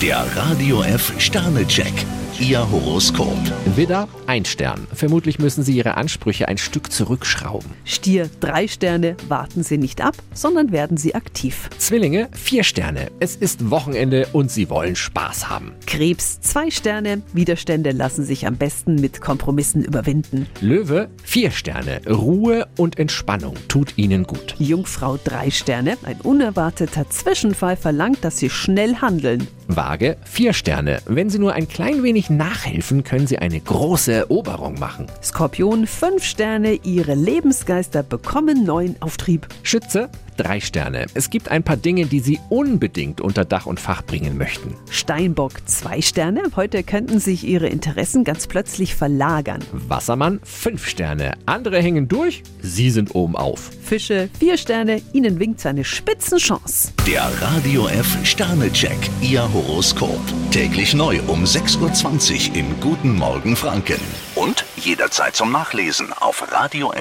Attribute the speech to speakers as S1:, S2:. S1: Der Radio F Sternecheck. Ihr Horoskop.
S2: Widder, ein Stern. Vermutlich müssen Sie Ihre Ansprüche ein Stück zurückschrauben.
S3: Stier, drei Sterne, warten Sie nicht ab, sondern werden Sie aktiv.
S2: Zwillinge, vier Sterne. Es ist Wochenende und Sie wollen Spaß haben.
S3: Krebs, zwei Sterne, Widerstände lassen sich am besten mit Kompromissen überwinden.
S2: Löwe, vier Sterne. Ruhe und Entspannung tut Ihnen gut.
S3: Jungfrau, drei Sterne, ein unerwarteter Zwischenfall verlangt, dass Sie schnell handeln.
S2: Waage, vier Sterne. Wenn Sie nur ein klein wenig nachhelfen, können Sie eine große Eroberung machen.
S3: Skorpion, fünf Sterne, Ihre Lebensgeister bekommen neuen Auftrieb.
S2: Schütze, drei Sterne. Es gibt ein paar Dinge, die Sie unbedingt unter Dach und Fach bringen möchten.
S3: Steinbock, zwei Sterne, heute könnten sich Ihre Interessen ganz plötzlich verlagern.
S2: Wassermann, fünf Sterne. Andere hängen durch, Sie sind oben auf.
S3: Fische, vier Sterne, Ihnen winkt eine Spitzenchance.
S1: Der Radio F Sternecheck. Ihr Horoskop. Täglich neu um 6.20 Uhr im Guten Morgen Franken. Und jederzeit zum Nachlesen auf radiof.de.